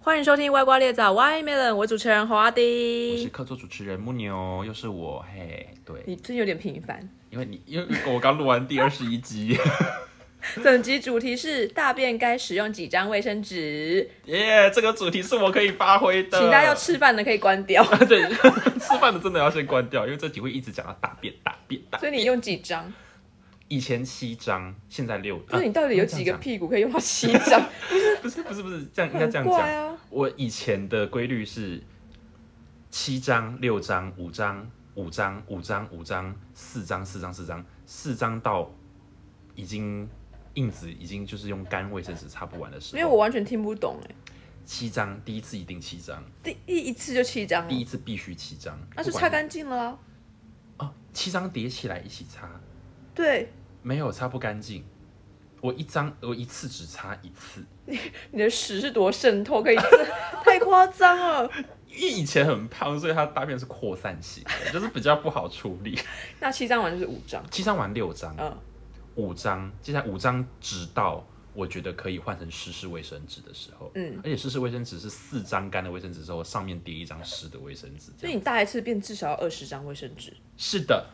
欢迎收听《歪瓜裂枣 Y Melon》，我主持人侯阿我是丁。客座主持人木牛，又是我，嘿，对，你最近有点频繁。 因为你因为我刚录完第二十一集，本集主题是大便该使用几张卫生纸，耶这个主题是我可以发挥的，请大家要吃饭的可以关掉。 对吃饭的真的要先关掉，因为这集会一直讲到大便大便大所以便。你用几张？啊以前七张，现在六就张，是你到底有几个啊屁股可以用到七张？不是不是不是这样 应该很这样怪讲，啊！我以前的规律是七张六张五张五张五张五张四张四张四张四张到已经印子已经就是用干卫生纸擦不完的时因为候我。完全听不懂哎、七张，第一次一定七张，第第一次就七张第了一，次必须七张。嗯那就不擦管干净了啊、哦，七张叠起来一起擦，对，没有擦不干净。我一张，我一次只擦一次，你的屎是多渗透，可以 太夸张了。因为以前很胖，所以它大便是扩散型的，就是比较不好处理。那七张完就是五张，七张完六张，嗯，五张，接下来五张直到我觉得可以换成湿式卫生纸的时候，嗯，而且湿式卫生纸是四张干的卫生纸之后，上面叠一张湿的卫生纸，这所以样你大一次变至少要二十张卫生纸。是的，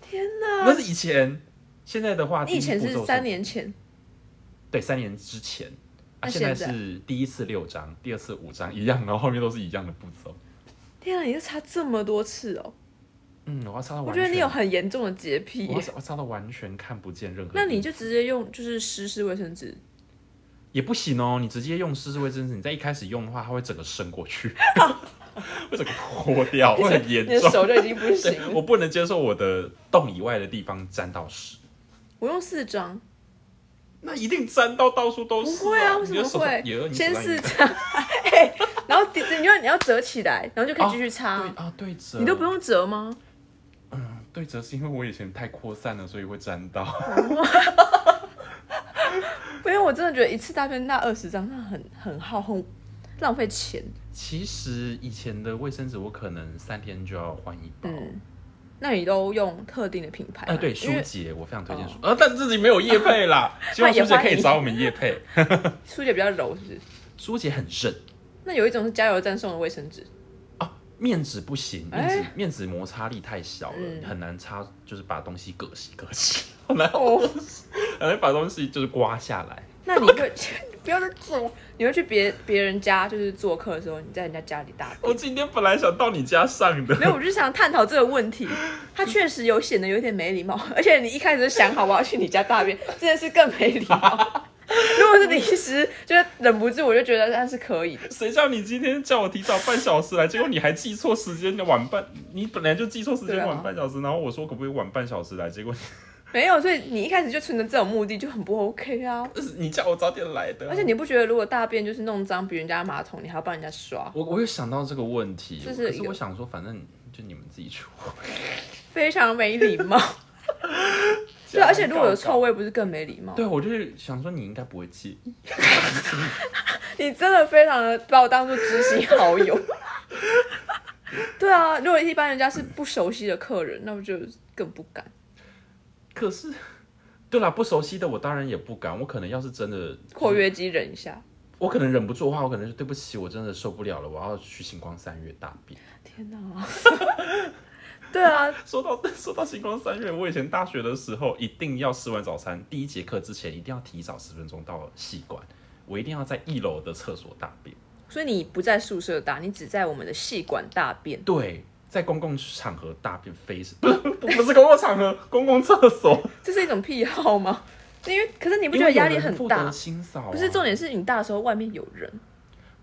天哪！那是以前。现在的话，你以前第一步是骤三年前，对，三年之前。啊，那现在现在是第一次六张，第二次五张，一样，然后后面都是一样的步骤。天啊，你是擦这么多次哦！嗯，我要擦到我完觉全，得你有很严重的洁癖我要耶。擦我要擦到完全看不见任何。那你就直接用就是湿式卫生纸， 也不行哦，你直接用湿式卫生纸，你在一开始用的话，它会整个伸过去， 会整个脱掉，会很严你的重。手就已经不对行了。我不能接受我的洞以外的地方沾到屎，我用四张，那一定沾到到处都不是、会啊，为你什的么手也会？你先手上也四张， 哎，然后你你要你要折起来，然后就可以继续擦。对啊，对折，你都不用折吗？对折，是因为我以前太扩散了，所以会沾到。 因为我真的觉得一次大便那二十张，那很很耗很浪费钱。其实以前的卫生纸我可能三天就要换一包。嗯，那你都用特定的品牌吗？啊哎、哦对，舒因为哦洁我非常推荐舒，呃、但自己没有叶配 啦，希望那也舒洁欢可以迎找我们叶配。舒洁比较柔，是不是？舒洁很韧那有一种是加油站送的卫生纸，啊，面纸不行，哎面纸、面纸摩擦力太小了，嗯很难擦，就是把东西割起割起，很难哦，很难把东西就是刮下来。那你会 不要再走，你会去别别人家就是做客的时候，你在人家家里大我便？今天本来想到你家上的，没有，我就想探讨这个问题。他确实有显得有点没礼貌， 而且你一开始就想好我要去你家大便，真的是更没礼貌。 如果是临时就是忍不住，我就觉得那是可以的。谁叫你今天叫我提早半小时来，结果你还记错时间，晚半，你本来就记错时对间啊晚半小时，然后我说可不可以晚半小时来，结果没有，所以你一开始就存着这种目的就很不 OK 啊。你叫我早点来的。而且你不觉得如果大便就是弄脏别人家的马桶，你还要帮人家刷，我我有想到这个问题，这是可一是个我想说，反正就你们自己出。非常没礼貌。对，而且如果有臭，味，不是更没礼貌？对我就是想说你应该不会记， 你真的非常的把我当做知心好 友。对啊，如果一般人家是不熟悉的客人，那不就更不敢。可是。 对啦，不熟悉的我当然也不敢，我可能要是真的，括约肌忍一下，我可能忍不住的话，我可能就对不起，我真的受不了了，我要去星光三月大便。 天哪！ 对啊，说到 说到星光三月，我以前大学的时候一定要吃完早餐，第一节课之前一定要提早十分钟到系馆，我一定要在一楼的厕所大便。所以你不在宿舍大，你只在我们的戏馆大便。对，在公共场合大便非是不是 不不是公共场合，公共厕所，这是一种癖好吗？因为可是 你你不觉得压力很大？清扫啊、不是重点是你大的时候外面有人，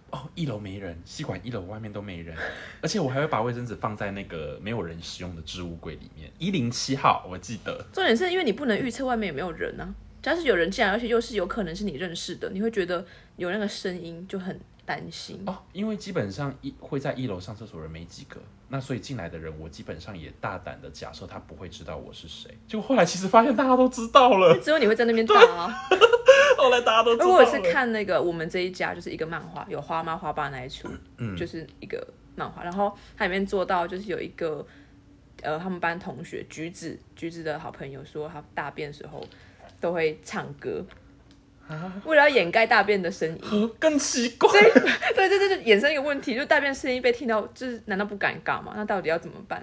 哦，一楼没人，吸管一楼外面都没人，而且我还会把卫生纸放在那个没有人使用的置物柜里面，一零七号我记得。重点是因为你不能预测外面有没有人啊。只要是有人进来，而且又是有可能是你认识的，你会觉得有那个声音就很担心。哦，因为基本上一会在一楼上厕所的人没几个，那所以进来的人，我基本上也大胆的假设他不会知道我是谁。结果后来其实发现大家都知道了， 只有你会在那边打、啊。后来大家都知如道果了。我是看那个我们这一家就是一个漫画，有花妈花爸那一出，嗯就是一个漫画，然后它里面做到就是有一个呃他们班同学橘子橘子的好朋友说他大便的时候都会唱歌，啊为了要掩盖大便的声音。 哦更奇怪。所以，对对对，就衍生一个问题，就大便声音被听到，就是难道不尴尬吗？那到底要怎么办？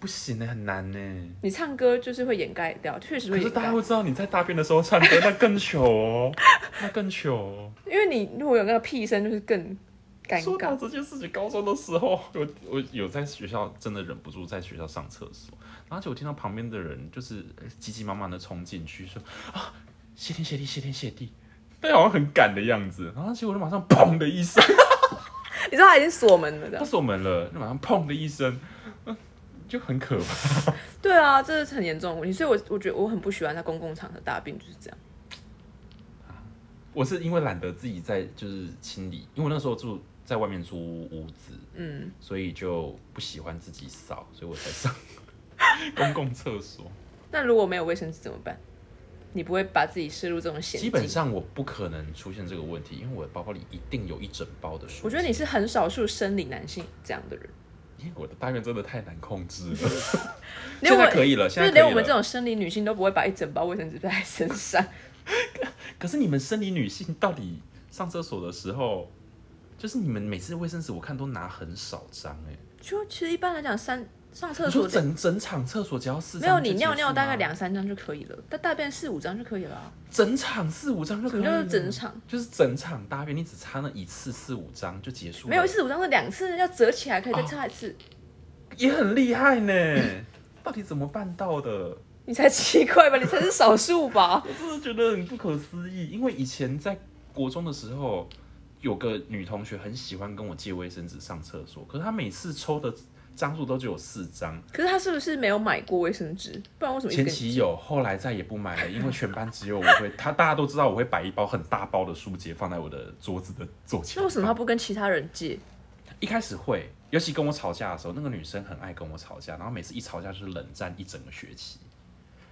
不行呢，很难呢。你唱歌就是会掩盖掉，确实可会是掩大盖家，会知道你在大便的时候唱歌，那更糗哦，那更糗哦。因为你如果有那个屁声，就是更尴说到尬。这件事情，高中的时候， 我我有在学校真的忍不住在学校上厕所，然后就我听到旁边的人就是呃急急忙忙的冲进去说啊，谢天谢地，谢天谢地，但好像很赶的样子，然后结果就马上砰的一声 你知道他已经锁门了他的，锁门了，就马上砰的一声，嗯就很可怕。对啊，这是很严重的问题，所以我我觉得我很不喜欢在公共场合大便就是这样。我是因为懒得自己在就是清理，因为我那时候住在外面租屋子，嗯，所以就不喜欢自己扫，所以我才上 公共厕所。那如果没有卫生纸怎么办？你不会把自己摄入这种险基境？本，上我不可能出现这个问题，因为我的包包里一定有一整包的书。我觉得你是很少数生理男性这样的人，因为我的大便真的太难控 制了。连我现在可以了，就现在是可以连了。我们这种生理女性都不会把一整包卫生纸带在身上。可是你们生理女性到底上厕所的时候，就是你们每次卫生纸我看都拿很少张哎、就其实一般来讲，三上你厕所说的整整场厕所只要四没张有就你结尿束尿大概吗两三张就可以了，但大便四五张就可以了啊、整场四五张就可什以么叫了。做整场？就是整场大便，你只擦那一次四五张就哦结束了。没有四五张是两次，要折起来可以再擦一次。也很厉害呢。 到底怎么办到的？你才奇怪吧？你才是少数吧？我真的觉得很不可思议，因为以前在国中的时候，有个女同学很喜欢跟我借卫生纸上厕所，可是她每次抽的张数都只有四张，可是他是不是没有买过卫生纸？不然为什么一直前跟你期有，后来再也不买了，因为全班只有我会，她大家都知道我会摆一包很大包的书结放在我的桌子的桌前。那为什么他不跟其他人借？ 一开始会，尤其跟我吵架的时候，那个女生很爱跟我吵架，然后每次一吵架就是冷战一整个学期。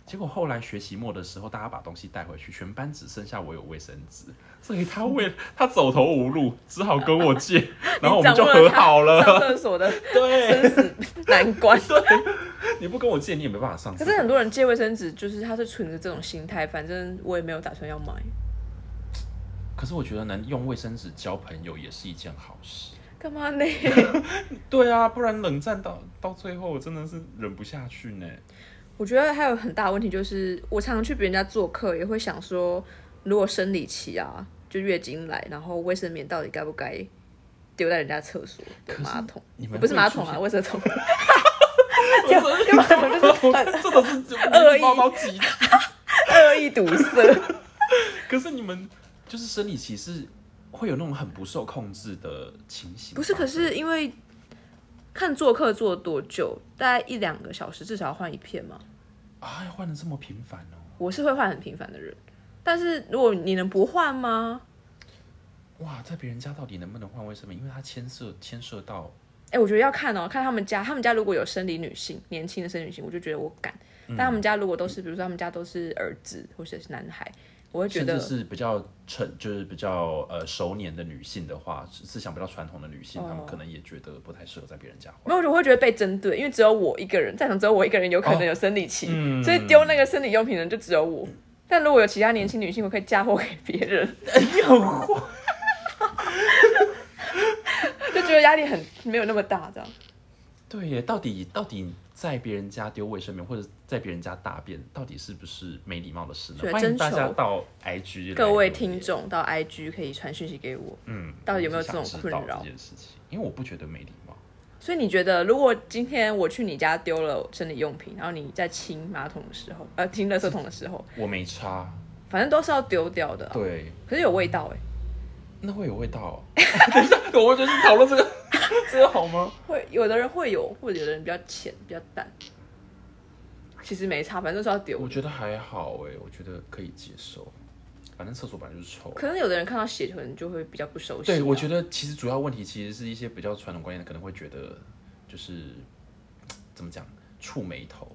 结果后来学期末的时候，大家把东西带回去，全班只剩下我有卫生纸，所以她为她走投无路，只好跟我 借，然后我们就和好你掌握他上了。厕所的 对生死难关。 你不跟我借，你也没办法上厕可所。是很多人借卫生纸，就是他是存着这种心态，反正我也没有打算要买。可是我觉得能用卫生纸交朋友也是一件好事。干嘛呢？对啊，不然冷战到到最后，我真的是忍不下去呢。我觉得还有很大的问题就是，我常常去别人家做客，也会想说，如果生理期啊，就月经来，然后卫生棉到底该不该丢在人家厕所的马桶？你们不是会马出桶啊，现卫生 桶。 真的是 真的是恶意猫猫极致恶意堵塞。可是你们就是生理期是会有那种很不受控制的情形吧，不是，可是因为看做客做多久，大概一两个小时至少要换一片嘛。啊，换的这么频繁哦，我是会换很频繁的人，但是如果你能不换吗？哇，在别人家到底能不能换卫生棉？因为它牵涉牵涉到哎、我觉得要看哦，看他们家，他们家如果有生理女性，年轻的生理女性，我就觉得我敢；但他们家如果都是，比如说他们家都是儿子或者是男孩，我会觉甚至得是比较成就是比较呃熟年的女性的话，思想比较传统的女性，哦她们可能也觉得不太适合在别人家换。没有，我会觉得被针对，因为只有我一个人，在场只有我一个人有可能有生理期，哦嗯所以丢那个生理用品的人就只有我。但如果有其他年轻女性，我可以嫁祸给别人，你很坏， 就觉得压力很没有那么大，这样。对耶，到底到底在别人家丢卫生棉或者在别人家大便，到底是不是没礼貌的事对呢？欢迎大征家求到 IG 来各位留言听众到 IG 可以传讯息给我。嗯，到底有我没有是这种想知困道扰这件事情？因为我不觉得没礼貌，所以你觉得，如果今天我去你家丢了生理用品，然后你在清马桶的时候，呃，清垃圾桶的时候，我没擦。反正都是要丢掉的啊、对，可是有味道哎、那会有味道、哦。 等一下，我们就是讨论这个，这个好吗？会有的人会有，或者有的人比较浅，比较淡。其实没差，反正都是要丢我。觉得还好哎，我觉得可以接受。反正厕所本来就是臭。可能有的人看到血可能就会比较不啊熟悉、对，我觉得。得其实主要问题其实是一些比较传统观念的，可能会觉得就是怎么讲，触眉头。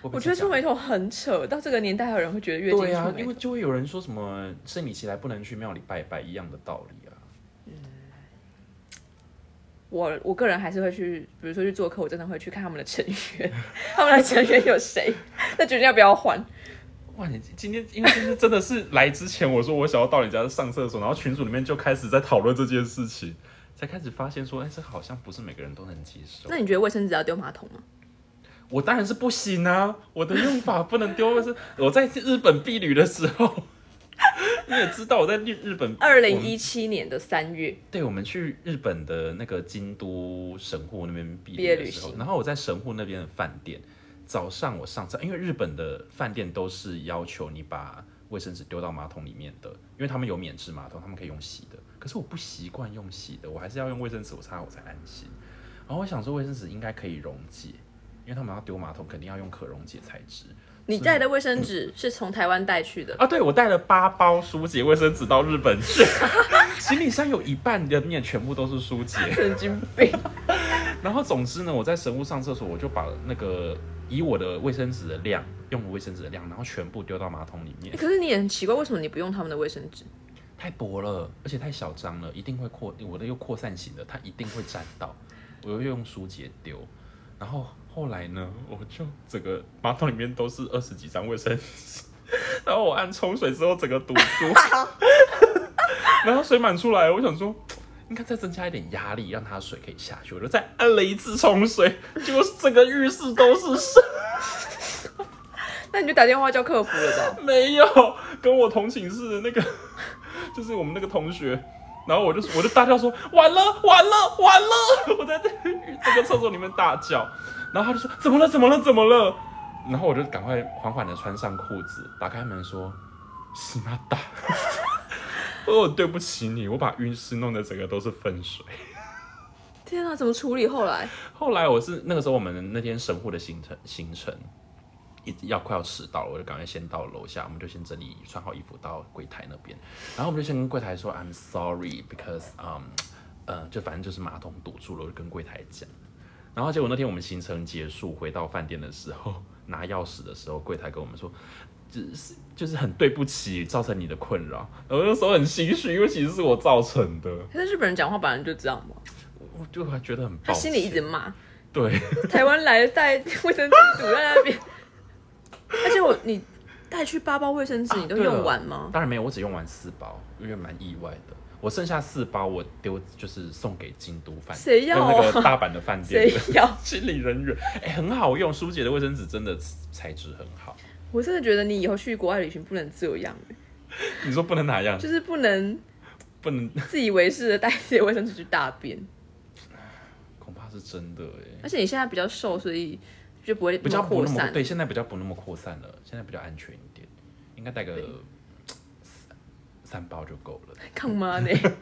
会不会我觉得这样触眉头很扯，到这个年代还有人会觉得月经对啊触，眉因头为就会有人说什么生理期来不能去庙里拜拜一样的道理啊。我我个人还是会去，比如说去做客，我 真的会去看他们的成员，他们的成员有谁，再决定要不要换。哇，你今天因为就是真的是来之前，我说我想要到你家上厕所，然后群组里面就开始在讨论这件事情，才开始发现说，哎、这好像不是每个人都能接受。那你觉得卫生纸要丢马桶吗？我当然是不行啊，我的用法不能丢。是我在日本避旅的时候， 你也知道我在日日本。二零我们一七年的三月，对，我们去日本的那个京都神户那边毕毕业业的旅时候，行然后我在神户那边的饭店，早上我上厕，因为日本的饭店都是要求你把卫生纸丢到马桶里面的，因为他们有免治马桶，他们可以用洗的。可是我不习惯用洗的，我还是要用卫生纸，我擦我才安心。然后我想说卫生纸应该可以溶解，因为他们要丢马桶肯定要用可溶解材质你带的卫生纸是从台湾带去的，啊。对，我带了八包舒洁卫生纸到日本去， 行李箱有一半的面全部都是舒洁。神经嗯病！ 然后总之呢，我在神户上厕所，我就把那个以我的卫生纸的量，用我卫生纸的量，然后全部丢到马桶里 面，可是你也很奇怪，为什么你不用他们的卫生纸？太薄了，而且太小张了，一定会扩，我的又扩散型的，它一定会沾到，我又用舒洁丢，然后后来呢，我就整个马桶里面都是二十几张卫生纸，然后我按冲水之后整个堵住，然后水满出来，我想说。应该再增加一点压力，让它水可以下去。我就再按了一次冲水，结果整个浴室都是水。那你就打电话叫客服了吧？ 没有，跟我同寝室的那个， 就是我们那个同学，然后我就我就大叫说完了完了 完了，我在这这个厕所里面大叫，然后他就说怎么了怎么了怎么了，然后我就赶快缓缓的穿上裤子，打开门说西马达， 哦对不起你，我把浴室弄得整个都是粪水。天啊，怎么处理？后来后来我是那个时候我们那天神户的行程行程，一要快要迟到了，我就赶快先到楼下，我们就先整理穿好衣服到柜台那边，然后我们就先跟柜台说 I'm sorry because um 呃就反正就是马桶堵住了，我就跟柜台讲。然后结果那天我们行程结束回到饭店的时候，拿钥匙的时候，柜台跟我们说，就是就是很对不起，造成你的困扰。然后那时候很心虚，因为其实是我造成的，可是日本人讲话本来就这样嘛，哦我就还觉得很他抱心歉。里一直骂。对。台湾来带卫生纸堵在 那边，而且我你带去八包卫生纸，你都对了用完吗？当然没有，我只用完四包，因为蛮意外的。我剩下四包我丢，就是送给京都饭店，谁要啊跟那个大阪的饭店谁 的要？经理人员，哎、很好用。舒洁的卫生纸真的材质很好。我真的觉得你以后去国外旅行不能这样，你说不能哪样？就是不能不能，自以为是的带自己的卫生纸去大便。恐怕是真的哎、而且你现在比较瘦，所以就不会比较那么不扩那么散。对，现在比较不那么扩散了，现在比较安全一点，应该带个三三包就够了。干嘛呢？欸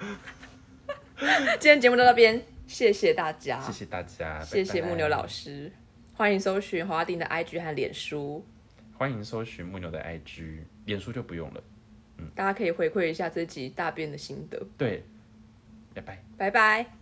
今天节目到这边，谢谢大家，谢谢大家，谢谢木牛老师，师，欢迎搜寻华定的 IG 和脸书，欢迎搜寻木牛的 IG，脸书就不用了。大家可以回馈一下自己大便的心得。对，拜拜。拜拜。